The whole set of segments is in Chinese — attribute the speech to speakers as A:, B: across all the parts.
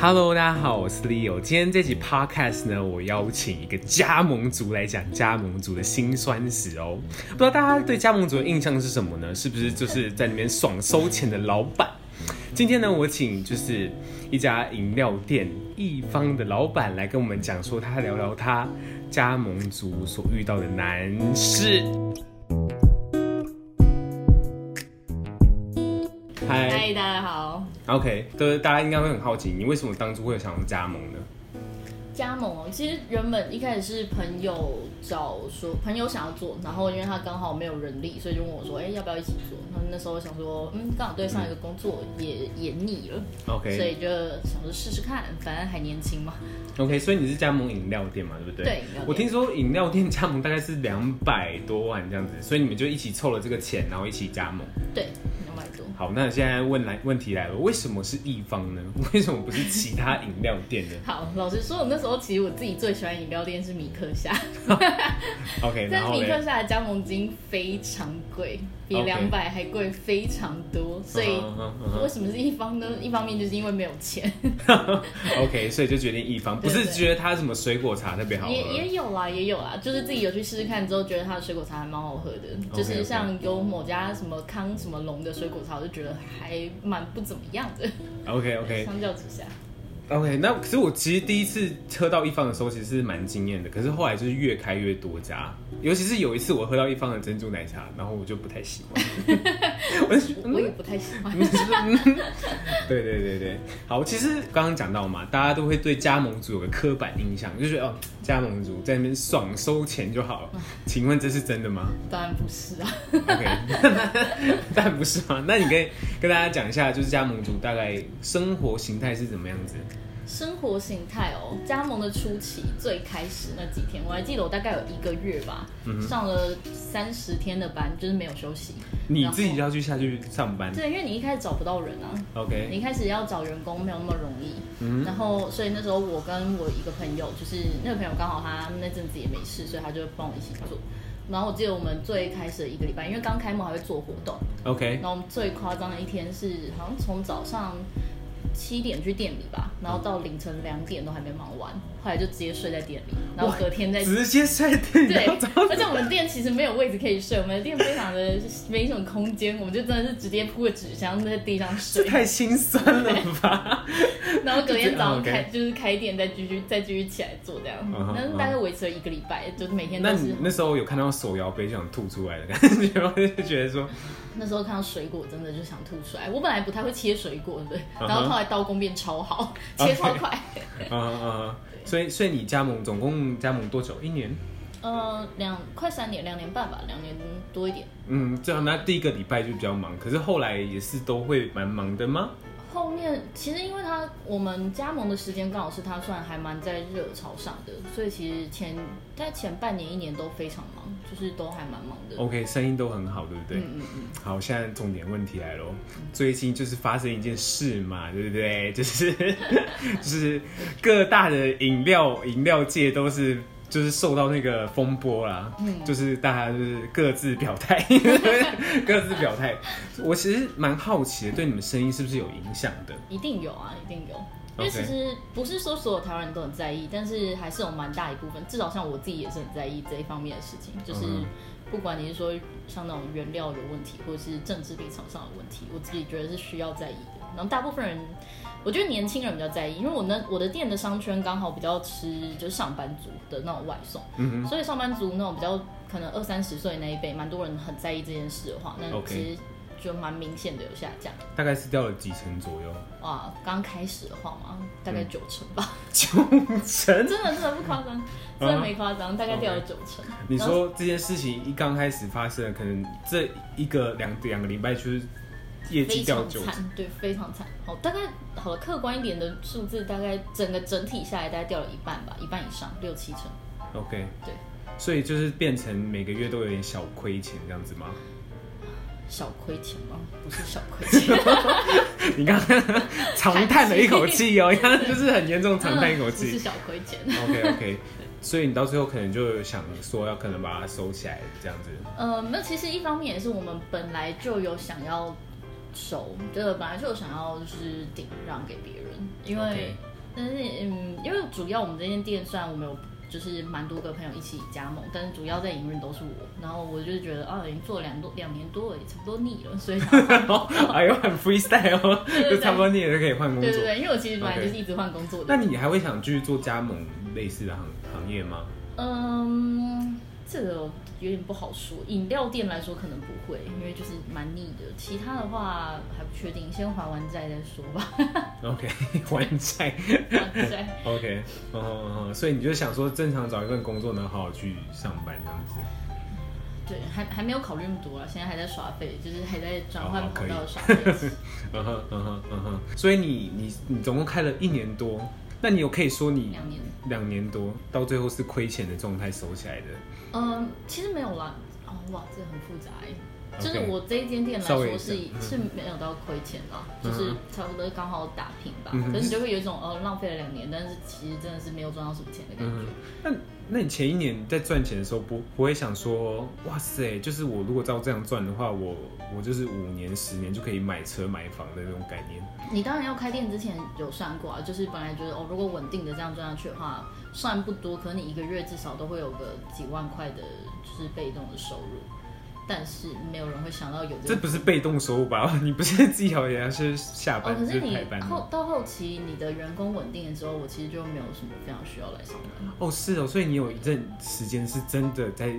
A: Hello，大家好，我是 Leo。今天这集 Podcast 呢，我邀请一个加盟族来讲加盟族的辛酸史哦。不知道大家对加盟族的印象是什么呢？是不是就是在里面爽收钱的老板？今天呢，我请就是一家饮料店一方的老板来跟我们讲说，他聊聊他加盟族所遇到的难事。嗨
B: 嗨，大家好。
A: OK，就是大家应该会很好奇，你为什么当初会想要加盟呢？
B: 加盟哦，其实原本一开始是朋友找说，朋友想要做，然后因为他刚好没有人力，所以就问我说，哎、要不要一起做？那那时候我想说，嗯，刚好对上一个工作也也腻了
A: OK
B: 所以就想说试试看，反正还年轻嘛。
A: OK，所以你是加盟饮料店嘛，对不对？
B: 对饮料店
A: 我听说饮料店加盟大概是两百多万这样子，所以你们就一起凑了这个钱，然后一起加盟。
B: 对，两百多。
A: 好，那现在问来问题来了，为什么是一方呢？为什么不是其他饮料店呢
B: 好，老实说，我那时候其实我自己最喜欢饮料店是米克夏，
A: ？OK，然
B: 但是
A: 后
B: 米克
A: 嘞，
B: 夏的加盟金非常贵，比
A: OK
B: 两百还贵非常多，所以
A: 嗯哼嗯哼
B: 为什么是一方呢？一方面就是因为没有钱。
A: OK，所以就决定一方，不
B: 对
A: 是
B: 对
A: 觉得它什么水果茶特别好喝
B: 也也有啦，也有啦，就是自己有去试试看之后，觉得它的水果茶还蛮好喝的。就是像有某家什么康什么龙的水果茶，我就觉得还蛮不怎么样的。
A: ？OK OK
B: 相较之下，
A: OK，那可是我其实第一次喝到一方的时候，其实是蛮惊艳的。可是后来就是越开越多家，尤其是有一次我喝到一方的珍珠奶茶，然后我就不太喜 欢。我就觉得
B: 我我也不太喜欢。
A: 对对对对，好，其实刚刚讲到嘛，大家都会对加盟组有个刻板印象，就觉得哦，加盟组在那边爽收钱就好
B: 嗯
A: 了。请问这是真的吗
B: 当然不是啊，
A: ？OK，但不是嘛？那你可以跟大家讲一下，就是加盟组大概生活形态是怎么样子？
B: 生活形态哦，加盟的初期最开始那几天，我还记得我大概有一个月吧，
A: 嗯
B: 上了三十天的班，就是没有休息。
A: 你
B: 然后
A: 自己要去下去上班
B: 对，因为你一开始找不到人啊，
A: ，OK？
B: 你一开始要找员工没有那么容易，
A: 嗯
B: 然后所以那时候我跟我一个朋友，就是那个朋友刚好他那阵子也没事，所以他就帮我一起做。然后我记得我们最开始的一个礼拜，因为刚开幕还会做活动，
A: OK，
B: 然后我们最夸张的一天是好像从早上七点去店里吧，
A: 嗯
B: 然后到凌晨两点都还没忙完，后来就直接睡在店里，然后隔天再
A: 直接睡地
B: 对
A: 上，
B: 而且我们店其实没有位置可以睡，我们的店非常的没什么空间，我们就真的是直接铺个纸箱在地上
A: 这
B: 睡。
A: 太心酸了吧？
B: 然后隔 天早上开
A: 就
B: 就是开店，再继续再继续起来做这样
A: 嗯哼，
B: 但是大概维持了一个礼拜，就是每天都
A: 那
B: 是
A: 你。那时候有看到手摇杯就想吐出来的感觉 吗，我嗯就觉得说，
B: 那时候看到水果真的就想吐出来，我本来不太会切水果的，
A: 嗯哼
B: 然后后来刀工变超好，切超快。
A: 啊啊！所以，所以你加盟总共加盟多久？一年？
B: 呃，两快三年，两年半吧，两年多一点。
A: 嗯，这样那第一个礼拜就比较忙，可是后来也是都会蛮忙的吗？
B: 后面其实因为他我们加盟的时间刚好是他算还蛮在热潮上的，所以其实前在前半年一年都非常忙，就是都还蛮忙的。
A: OK，生意都很好，对不对？
B: 嗯嗯嗯。
A: 好，现在重点问题来喽。最近就是发生一件事嘛，对不对？ 就是就是各大的饮料饮料界都是就是受到那个风波啦，就是大家就是各自表态， 各自表态。我其实蛮好奇的，对你们生意是不是有影响的？
B: 一定有啊，一定有。因为
A: OK
B: 其实不是说所有台湾人都很在意，但是还是有蛮大一部分，至少像我自己也是很在意这一方面的事情，就是
A: 嗯
B: 不管你是说像那种原料有问题，或者是政治立场上的问题，我自己觉得是需要在意的。然后大部分人，我觉得年轻人比较在意，因为我呢我的店的商圈刚好比较吃就是上班族的那种外送，
A: 嗯
B: 所以上班族那种比较可能二三十岁那一辈，蛮多人很在意这件事的话，那
A: OK
B: 其实就蛮明显的有下降。
A: 哼，大概是掉了几成左右，
B: 哇，刚开始的话嘛，大概九成吧，
A: 九成。
B: 真的真的不夸
A: 嗯
B: 张，真的没夸张，大概掉了九成。
A: 你说这件事情一刚开始发生，可能这一个两两个礼拜就是业绩
B: 非
A: 掉
B: 常
A: 九成。
B: 惨，对，非常惨。好，大概好了，客观一点的数字，大概整个整体下来大概掉了一半吧，一半以上，六七成。
A: OK，
B: 对，
A: 所以就是变成每个月都有点小亏钱这样子吗？
B: 小亏钱吗？不是小亏钱，
A: 你刚刚长叹了一口气哦，你刚刚 就是很严重长 叹一口
B: 不是
A: 气。
B: 小亏钱。
A: OK OK，所以 你到最后可能就想说要可能把它收起来这样子。
B: 呃，那其实一方面也是我们本来就有想要收，就是本来就有想要就是顶让给别人，因为
A: OK
B: 但是嗯，因为主要我们这间店虽然我们有就是蛮多个朋友一起加盟，但是主要在营运都是我。然后我就觉得啊，已经做了两多两年多了，也差不多腻了，所以想要换
A: 哎呦，很 freestyle，哦
B: 对对对
A: 就差不多你也可以换工
B: 对
A: 作
B: 对。对，因为我其实本来
A: OK
B: 就是一直换工作的。
A: 那你还会想继续做加盟类似的行行业吗？
B: 嗯，这个有点不好说。饮料店来说可能不会，因为就是蛮腻的。其他的话还不确定，先还完债再说 吧。
A: OK，还债。
B: 还债，
A: OK，哦哦哦，所以你就想说，正常找一份工作，能好好去上班这样子。
B: 对，还还没有考虑那么多啊，现在还在耍废，就是还在转
A: 好
B: 换
A: 好哦
B: 跑
A: 可以
B: 道耍废。
A: 嗯哼，嗯哼，嗯哼。所以你你你总共开了一年多，那你有可以说你
B: 两年。
A: 两年多到最后是亏钱的状态收起来的，
B: 嗯，其实没有啦。哦，哇，这很复杂哎。
A: OK
B: 就是我这一间店来
A: 稍
B: 说
A: 微
B: 是
A: 嗯
B: 是没有到亏钱啦，
A: 嗯
B: 就是差不多刚好打平吧。
A: 嗯哼
B: 可是你就会有一种呃浪费了两年，但是其实真的是没有赚到什么钱的感
A: 嗯
B: 觉。
A: 那那你前一年在赚钱的时候不不会想说，哇塞，就是我如果照这样赚的话，我我就是五年十年就可以买车买房的那种概念。
B: 你当然要开店之前有算过啊，就是本来觉得哦，如果稳定的这样赚下去的话，虽然不多，可你一个月至少都会有个几万块的，就是被动的收入。但是没有人会想到有这
A: 这
B: 个。
A: 不是被动收入吧？ 你不是自己好也要是下
B: 哦，
A: 班、
B: 可
A: 就是排
B: 你
A: 班吗
B: 后到后期你的员工稳定了之后，我其实就没有什么非常需要来上班。
A: 哦，是哦，所以你有一阵时间是真的在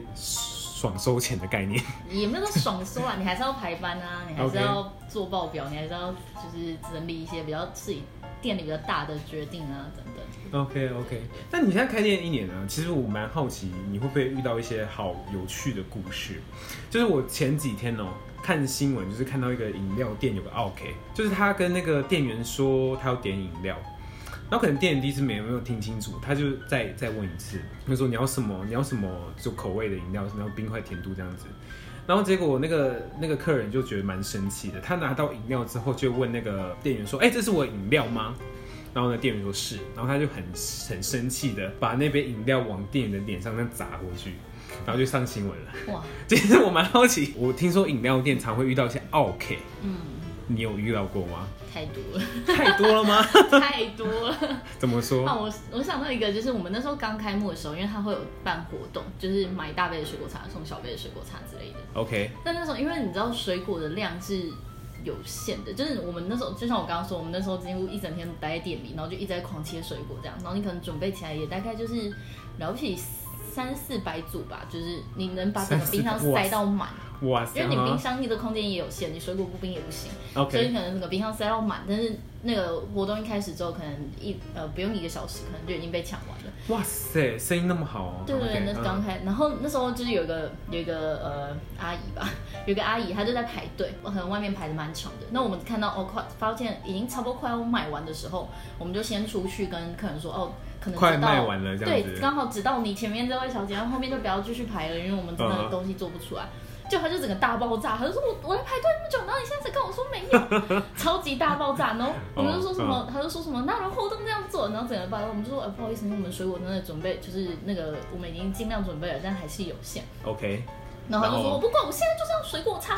A: 爽收钱的概念。
B: 也没有说爽说啊，你还是要排班啊，你还是要做报表，你还是要就是整理一些比较自己店里比较大的决定啊等等。
A: OK OK，那你现在开店一年呢、其实我蛮好奇你会不会遇到一些好有趣的故事。就是我前几天哦、看新闻，就是看到一个饮料店有个 OK，就是他跟那个店员说他要点饮料，然后可能店员第一次没有没有听清楚，他就再再问一次，他说你要什么你要什么就口味的饮料，然后冰块甜度这样子。然后结果那个那个客人就觉得蛮生气的，他拿到饮料之后就问那个店员说：“哎、这是我的饮料吗？”然后呢，店员说是，然后他就很很生气的把那杯饮料往店员的脸上那砸过去，然后就上新闻了。
B: 哇，
A: 其实我蛮好奇，我听说饮料店常会遇到一些 OK，
B: 嗯，
A: 你有遇到过 吗？
B: 太多了，
A: 太多了吗？
B: 太多 了。
A: 怎么
B: 那
A: 说？
B: 我我想到一个，就是我们那时候刚开幕的时候，因为它会有办活动，就是买大杯的水果茶送小杯的水果茶之类的。
A: OK，
B: 但那时候因为你知道水果的量是有限的，就是我们那时候就像我刚刚说，我们那时候几乎一整天都待在店里，然后就一直在狂切水果这样，然后你可能准备起来也大概就是了不起三四百组吧，就是你能把整个冰箱
A: 三四百
B: 塞到满，
A: 哇
B: 因
A: 塞
B: 为你冰箱内的空间也有限，你水果不冰也不行。所
A: ，OK，
B: 以可能整个冰箱塞到满，但是那个活动一开始之后，可能一呃不用一个小时，可能就已经被抢完了。
A: 哇塞，声音那么好哦。
B: 对对
A: OK，
B: 对，那是
A: 嗯
B: 刚开，然后那时候就是有一个有一个呃阿姨吧， 有一个阿姨她就在排队，可能外面排的蛮长的。那我们看到哦快发现已经差不多快要卖完的时候，我们就先出去跟客人说哦，可能
A: 快
B: 直到
A: 卖完了这样
B: 对，
A: 子。
B: 刚好指到你前面这位小姐，然后后面就不要继续排了，因为我们真
A: 嗯
B: 的
A: 嗯
B: 东西做不出来。就他就整个大爆炸，他就说我我在排队那么久，然后你现在才跟我说 没有，超级大爆炸。然后我们就说什么，
A: 哦
B: 他就说
A: 嗯
B: 什么，那人活动这样做，然后整个爆炸，我们就说、呃、不好意思，因为我们水果真的准备就是那个我们已经尽量准备了，但还是有限。
A: OK
B: 然后他就
A: 然后
B: 说我不管，我现在就是要水果叉。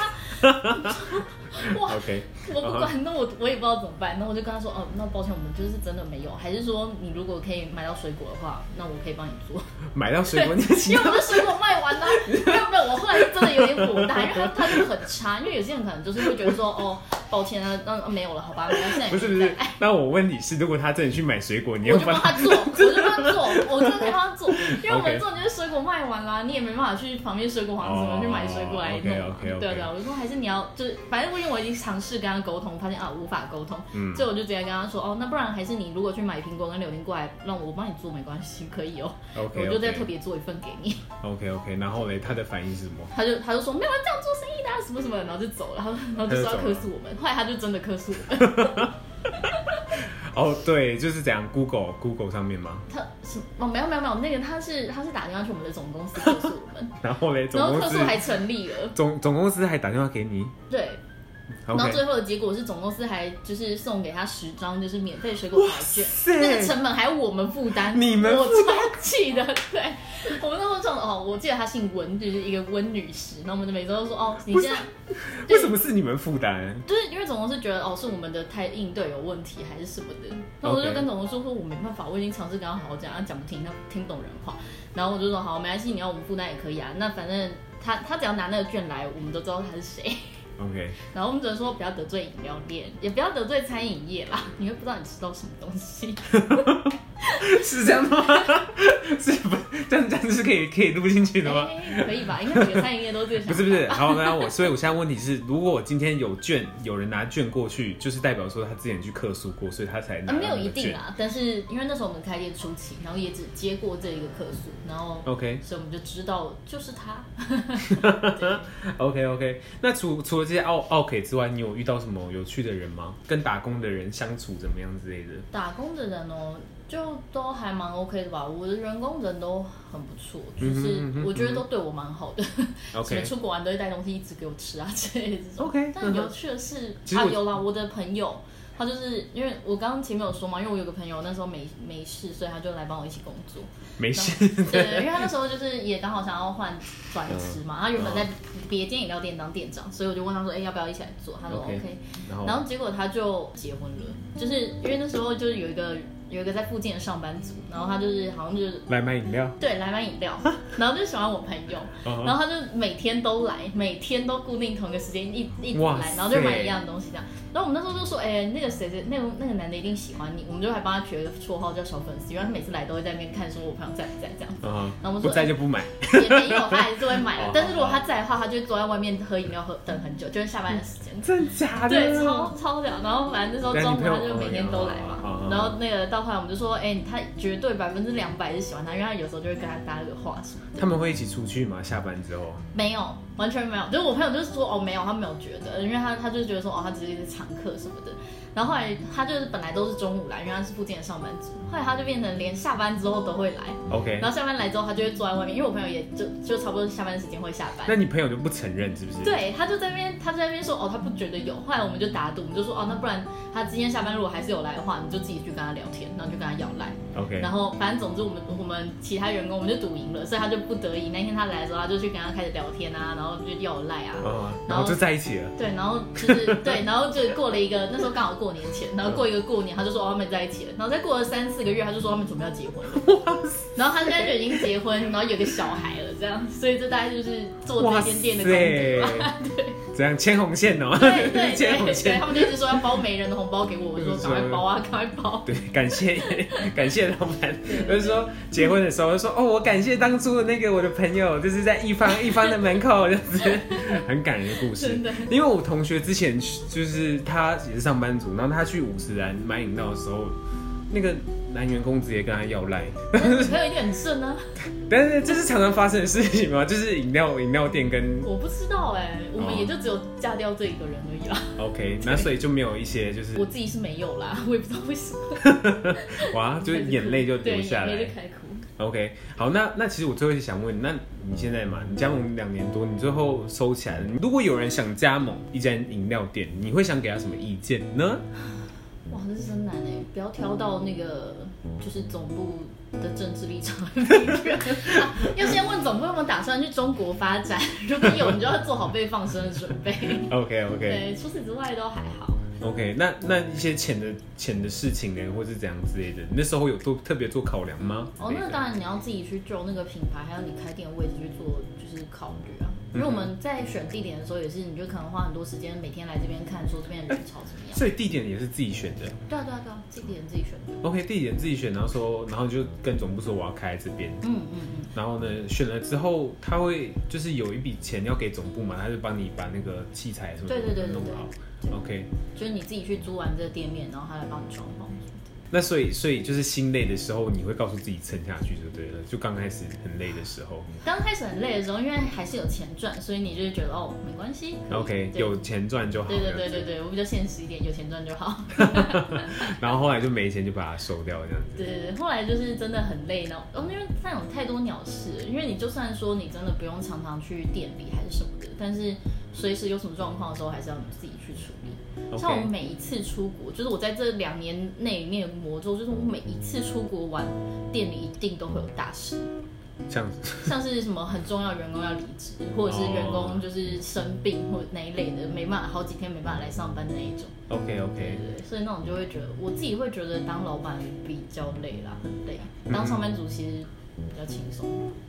B: 哇，
A: OK，
B: 我不 管，那我我也不知道怎么办。那我就跟他说，哦，那抱歉，我们就是真的没有，还是说你如果可以买到水果的话，那我可以帮你做。
A: 买到水果 你
B: 因
A: 请
B: 为我的水果卖完了，没有没有，我后来是真的有点火大，因为他他就很差，因为有些人可能就是会觉得说，哦，抱歉啊，那、没有了，好吧，没关系，那你
A: 不是不
B: 再
A: 是
B: 来，
A: 那我问你是，如果他真的去买水果，你
B: 我
A: 要
B: 就帮
A: 帮
B: 他做，我就帮他做， 我真的可以帮他做，因为我
A: OK
B: 们做就是水果卖完啦，你也没办法去旁边水果行什么去买水果来弄
A: 哦
B: 嘛，对
A: ，OK，OK，OK
B: 啊对啊，我就说还是你要就是，反正因为我已经尝试跟他沟通，发现啊无法沟通，
A: 嗯
B: 所以我就直接跟他说，哦，那不然还是你如果去买苹果跟柳丁过来，让我帮你做没关系，可以哦，
A: OK
B: 我就再特
A: OK
B: 别做一份给你。
A: OK OK，然后嘞，他的反应是什么？
B: 他就他就说没有人这样做生意的、啊，什么什么的，然后就走了，然后然后就说要
A: 他就走
B: 客
A: 了
B: 诉我们，后来他就真的客诉我们，
A: 哦，对，就是怎样 Google Google 上面吗？
B: 他什么哦没有没有没有那个他是他是打电话去我们的总公司 客诉我们，
A: 然后嘞，总
B: 然后
A: 公
B: 客诉
A: 司
B: 还成立了，
A: 总总公司还打电话给你，
B: 对，然后
A: OK
B: 最后的结果是，总公司还就是送给他十张就是免费水果卡券，
A: 塞
B: 那个成本还我们负担，
A: 你们
B: 我
A: 负担
B: 超气的。 对，我们那时候说哦，我记得她姓温，就是一个温女士，然后我们就每周都说哦，你
A: 不是
B: 现在对
A: 为什么是你们负担？
B: 就是因为总公司觉得哦是我们的态应对有问题还是什么的，那
A: 嗯
B: 我
A: OK
B: 就跟总公司说我没办法，我已经尝试跟他好好讲，他讲不听，他听不懂人话。然后我就说好，没关系，你要我们负担也可以啊。那反正他他只要拿那个券来，我们都知道他是谁。
A: OK，
B: 然后我们只能说不要得罪饮料店，也不要得罪餐饮业啦，你会不知道你吃到什么东西。
A: 是这样的吗？ 是不这样这样是可以可以录进去的吗？
B: 哎 可以吧？应该每个餐饮业都这个 想
A: 不
B: 法。
A: 是不是，好，那我所以我现在问题是，如果我今天有券，有人拿券过去，就是代表说他之前去客诉过，所以他才拿
B: 啊，
A: 到
B: 没有
A: 那个
B: 一定
A: 券。
B: 啦，但是因为那时候我们开业初期，然后也只接过这一个客诉，然后
A: OK
B: 所以我们就知道就是他。
A: OK OK，那除除了这些奥奥 K 之外，你有遇到什么有趣的人吗？跟打工的人相处怎么样之类的？
B: 打工的人哦，就都还蛮 OK 的吧。我的员工人都很不错，就
A: 嗯哼嗯
B: 是
A: 哼
B: 我觉得都对我蛮好的。什么
A: OK
B: 出国玩都会带东西一直给我吃啊之类的这种。
A: OK，嗯
B: 但
A: 哼
B: 有趣的是
A: 其实
B: 啊，
A: 我
B: 有啦，我的朋友。他就是因为我刚刚前面有说嘛，因为我有个朋友那时候没没事，所以他就来帮我一起工 作。
A: 没事，
B: 对，因为他那时候就是也刚好想要换转职嘛，他原
A: 嗯
B: 本在别间饮料店当店长，所以我就问他说，哎、要不要一起来做？他说
A: OK
B: OK。
A: 然后
B: 然后结果他就结婚了，就是因为那时候就是有一个有一个在附近的上班族，然后他就是好像就是
A: 来买饮料。
B: 对来买饮料，然后就喜欢我朋友，
A: 嗯
B: 然后他就每天都来，每天都固定同一个时间一一直
A: 哇
B: 来，然后就买
A: 塞
B: 一样的东西这样。然后我们那时候就说，哎、那个谁谁那个那个男的一定喜欢你，我们就还帮他取了个绰号叫小粉丝，因为他每次来都会在那边看说我朋友在不在这样。
A: 嗯
B: 然后我
A: 哼，
B: 们
A: 不
B: 说哎
A: 在就不买。
B: 也没有，他还是会买
A: 哦
B: 的。但是如果他在的话，他就会坐在外面喝饮料喝等很久，就是下班的时间。
A: 真假的？
B: 啊对，超超屌。然后反正那时候中午他就每天都来
A: 哦哦
B: 嘛
A: 哦。
B: 然后那个到后来我们就说，哎、他绝对百分之两百是喜欢他，因为他有时候就会跟他搭个话什么的。
A: 他们会一起出去吗？下班之后？
B: 没有，完全没有。就是我朋友就是说，哦，没有，他没有觉得，因为他他就觉得说，哦，他只是一个常客什么的。然后后来他就是本来都是中午来，因为他是附近的上班族。后来他就变成连下班之后都会来，
A: OK，
B: 然后下班来之后他就会坐在外面，因为我朋友也就就差不多下班时间会下班。
A: 那你朋友就不承认是不是？，
B: 对，他就在那边，他就在那边说，哦，他不觉得有。后来我们就打赌，我们就说，哦，那不然他今天下班如果还是有来的话，你就自己去跟他聊天，然后就跟他要来。
A: OK，
B: 然后反正总之我们我们其他员工我们就赌赢了，所以他就不得已那天他来的时候，他就去跟他开始聊天啊，然后就要赖啊。
A: 啊，然后就在一起了。
B: 对，然后就是对，然后就过了一个，那时候刚好过年前，然后过一个过年，他就说、哦、他们在一起了，然后再过了三四个月，他就说他们准备要结婚了，然后他现在就已经结婚，然后有个小孩了，这样，所以这大概就是做这间店的功德吧。
A: 怎样牵红线哦？
B: 对 对
A: 牵
B: 对
A: 红
B: 对，
A: 线
B: 他。们就一直说要包媒人的红包给我，我就说赶快包啊，赶快 包。
A: 对，感谢感谢老板
B: 对。
A: 就是说结婚的时候就说哦，我感谢当初的那个我的朋友，就是在一方 一方的门口，就是很感人的故事
B: 真的。
A: 因为我同学之前去就是他也是上班族，然后他去五十兰买饮料的时候，那个男员工直接跟他要赖。
B: 女朋友一定很顺啊，
A: 但是这是常常发生的事情吗？ 就是饮料饮料店跟
B: 我不知道哎、我们也就只有嫁掉这一个人而已啦。啊
A: OK，那所以就没有一些就是
B: 我自己是没有啦， 我也不知道为什么，
A: 哇，就是眼泪就流下
B: 对
A: 来
B: 眼泪。就开哭。
A: OK，好，那那其实我最后是想问，那你现在嘛，你加盟两年多，你最后收起来了，如果有人想加盟一间饮料店，你会想给他什么意见呢？
B: 哇，这是真难哎、不要挑到那个就是总部的政治立场来评论 要先问总部有没有打算去中国发展，如果有，你就要做好被放生的准 备。
A: OK OK
B: 对，除此之外都还好。
A: OK，那那一些浅的浅的事情呢，或是怎样之类的，你那时候有做特别做考量吗？
B: 哦，那当然你要自己去就那个品牌，还有你开店的位置去做，就是考虑啊。因为我们在选地点的时候，也是你就可能花很多时间，每天来这边看，说这边的人潮怎么样。
A: 所以地点也是自己选的。
B: 对啊，对啊，对啊，地点自己选的。
A: OK，地点自己选，然后说，然后就跟总部说我要开这边，
B: 嗯嗯嗯，
A: 然后呢，选了之后，他会就是有一笔钱要给总部嘛，他就帮你把那个器材什么的
B: 对对对对
A: 弄
B: 对
A: 好。
B: 对
A: OK，
B: 就是你自己去租完这个店面，然后他来帮你装潢。
A: 那所以所以就是心累的时候，你会告诉自己撑下去就对了。就刚开始很累的时候
B: 刚开始很累的时候，因为还是有钱赚，所以你就会觉得哦，没关系。
A: ，OK，
B: 对
A: 有钱赚就好。
B: 对对
A: 这
B: 对
A: 样子
B: 对。对，我比较现实一点，有钱赚就好。
A: 然后后来就没钱就把它收掉这样子。
B: 对对对，后来就是真的很累，然后、哦、因为那有太多鸟事了，因为你就算说你真的不用常常去店里还是什么的，但是随时有什么状况的时候，还是要你自己去处理。像我
A: OK，
B: 每一次出国，就是我在这两年内里面有个魔咒，就是我每一次出国玩，店里一定都会有大事，
A: 这样子
B: 像是什么很重要员工要离职，或者是员
A: 哦
B: 工就是生病或者那一类的，没办法好几天没办法来上班的那一种。
A: OK
B: 对
A: OK，
B: 对对，所以那种就会觉得，我自己会觉得当老板比较累啦，很累。当上班族其实比较轻松，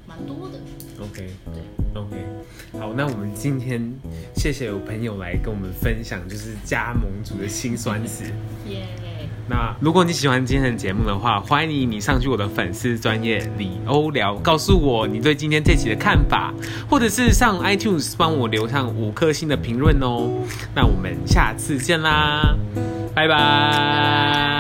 B: 蛮多的。
A: OK，
B: 对
A: ，OK，好，那我们今天谢谢有朋友来跟我们分享，就是加盟组的辛酸史。
B: 耶、
A: 那如果你喜欢今天的节目的话，欢迎你上去我的粉丝专业李欧聊，告诉我你对今天这期的看法，或者是上 iTunes 帮我留上五颗星的评论哦。那我们下次见啦，拜拜